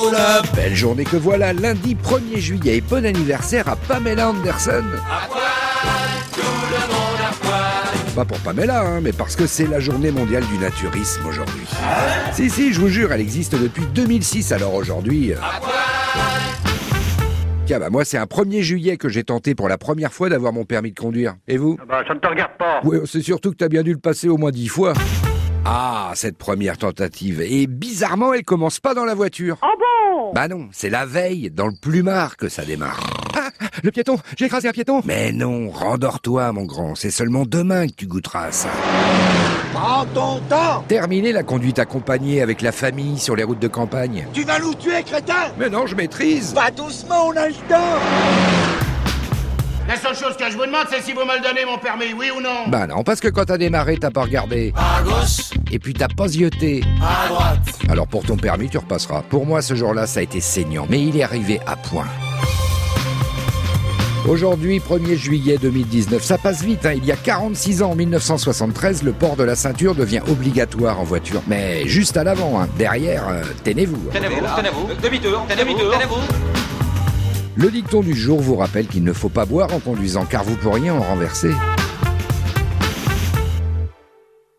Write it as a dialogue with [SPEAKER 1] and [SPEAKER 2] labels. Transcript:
[SPEAKER 1] Cola.
[SPEAKER 2] Belle journée que voilà, lundi 1er juillet et bon anniversaire à Pamela Anderson.
[SPEAKER 1] À poil, tout le monde à poil.
[SPEAKER 2] Pas pour Pamela, hein, mais parce que c'est la journée mondiale du naturisme aujourd'hui. Si, si, je vous jure, elle existe depuis 2006, alors aujourd'hui... euh,
[SPEAKER 1] À poil,
[SPEAKER 2] Tiens, bah moi c'est un 1er juillet que j'ai tenté pour la première fois d'avoir mon permis de conduire. Et vous
[SPEAKER 3] Ah Bah, ça ne te regarde pas.
[SPEAKER 2] Oui, c'est surtout que t'as bien dû le passer au moins dix fois. Ah, cette première tentative. Et bizarrement, elle commence pas dans la voiture.
[SPEAKER 4] Oh bon
[SPEAKER 2] Bah non, c'est la veille, dans le plumard, que ça démarre.
[SPEAKER 5] Ah, Le piéton, j'ai écrasé un piéton.
[SPEAKER 2] Mais non, rendors-toi, mon grand, c'est seulement demain que tu goûteras à ça.
[SPEAKER 5] Prends ton temps.
[SPEAKER 2] Terminer la conduite accompagnée avec la famille sur les routes de campagne.
[SPEAKER 5] Tu vas nous tuer, crétin.
[SPEAKER 2] Mais non, je maîtrise
[SPEAKER 5] Pas doucement, on a le temps.
[SPEAKER 6] La seule chose que je vous demande, c'est si vous me le donnez, mon permis, oui ou non
[SPEAKER 2] Bah non, parce que quand t'as démarré, t'as pas regardé.
[SPEAKER 1] à gauche,
[SPEAKER 2] Et puis t'as pas zioté.
[SPEAKER 1] à droite.
[SPEAKER 2] Alors pour ton permis, tu repasseras. Pour moi, ce jour-là, ça a été saignant, mais il est arrivé à point. Aujourd'hui, 1er juillet 2019, ça passe vite. hein. Il y a 46 ans, en 1973, le port de la ceinture devient obligatoire en voiture. Mais juste à l'avant, hein. derrière, euh, tenez-vous. hein.
[SPEAKER 7] Tenez-vous, tenez-vous, demi-tour, demi-tour, tenez-vous.
[SPEAKER 2] Le dicton du jour vous rappelle qu'il ne faut pas boire en conduisant, car vous pourriez en renverser.